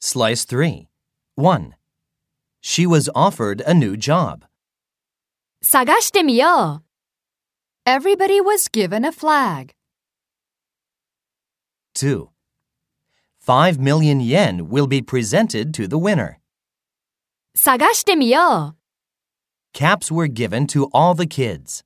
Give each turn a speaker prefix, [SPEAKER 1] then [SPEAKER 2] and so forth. [SPEAKER 1] Slice 3. 1. She was offered a new job.
[SPEAKER 2] 探してみよう Everybody was given a flag.
[SPEAKER 1] 2. 5 million yen will be presented to the winner.
[SPEAKER 2] 探してみよう
[SPEAKER 1] Caps were given to all the kids.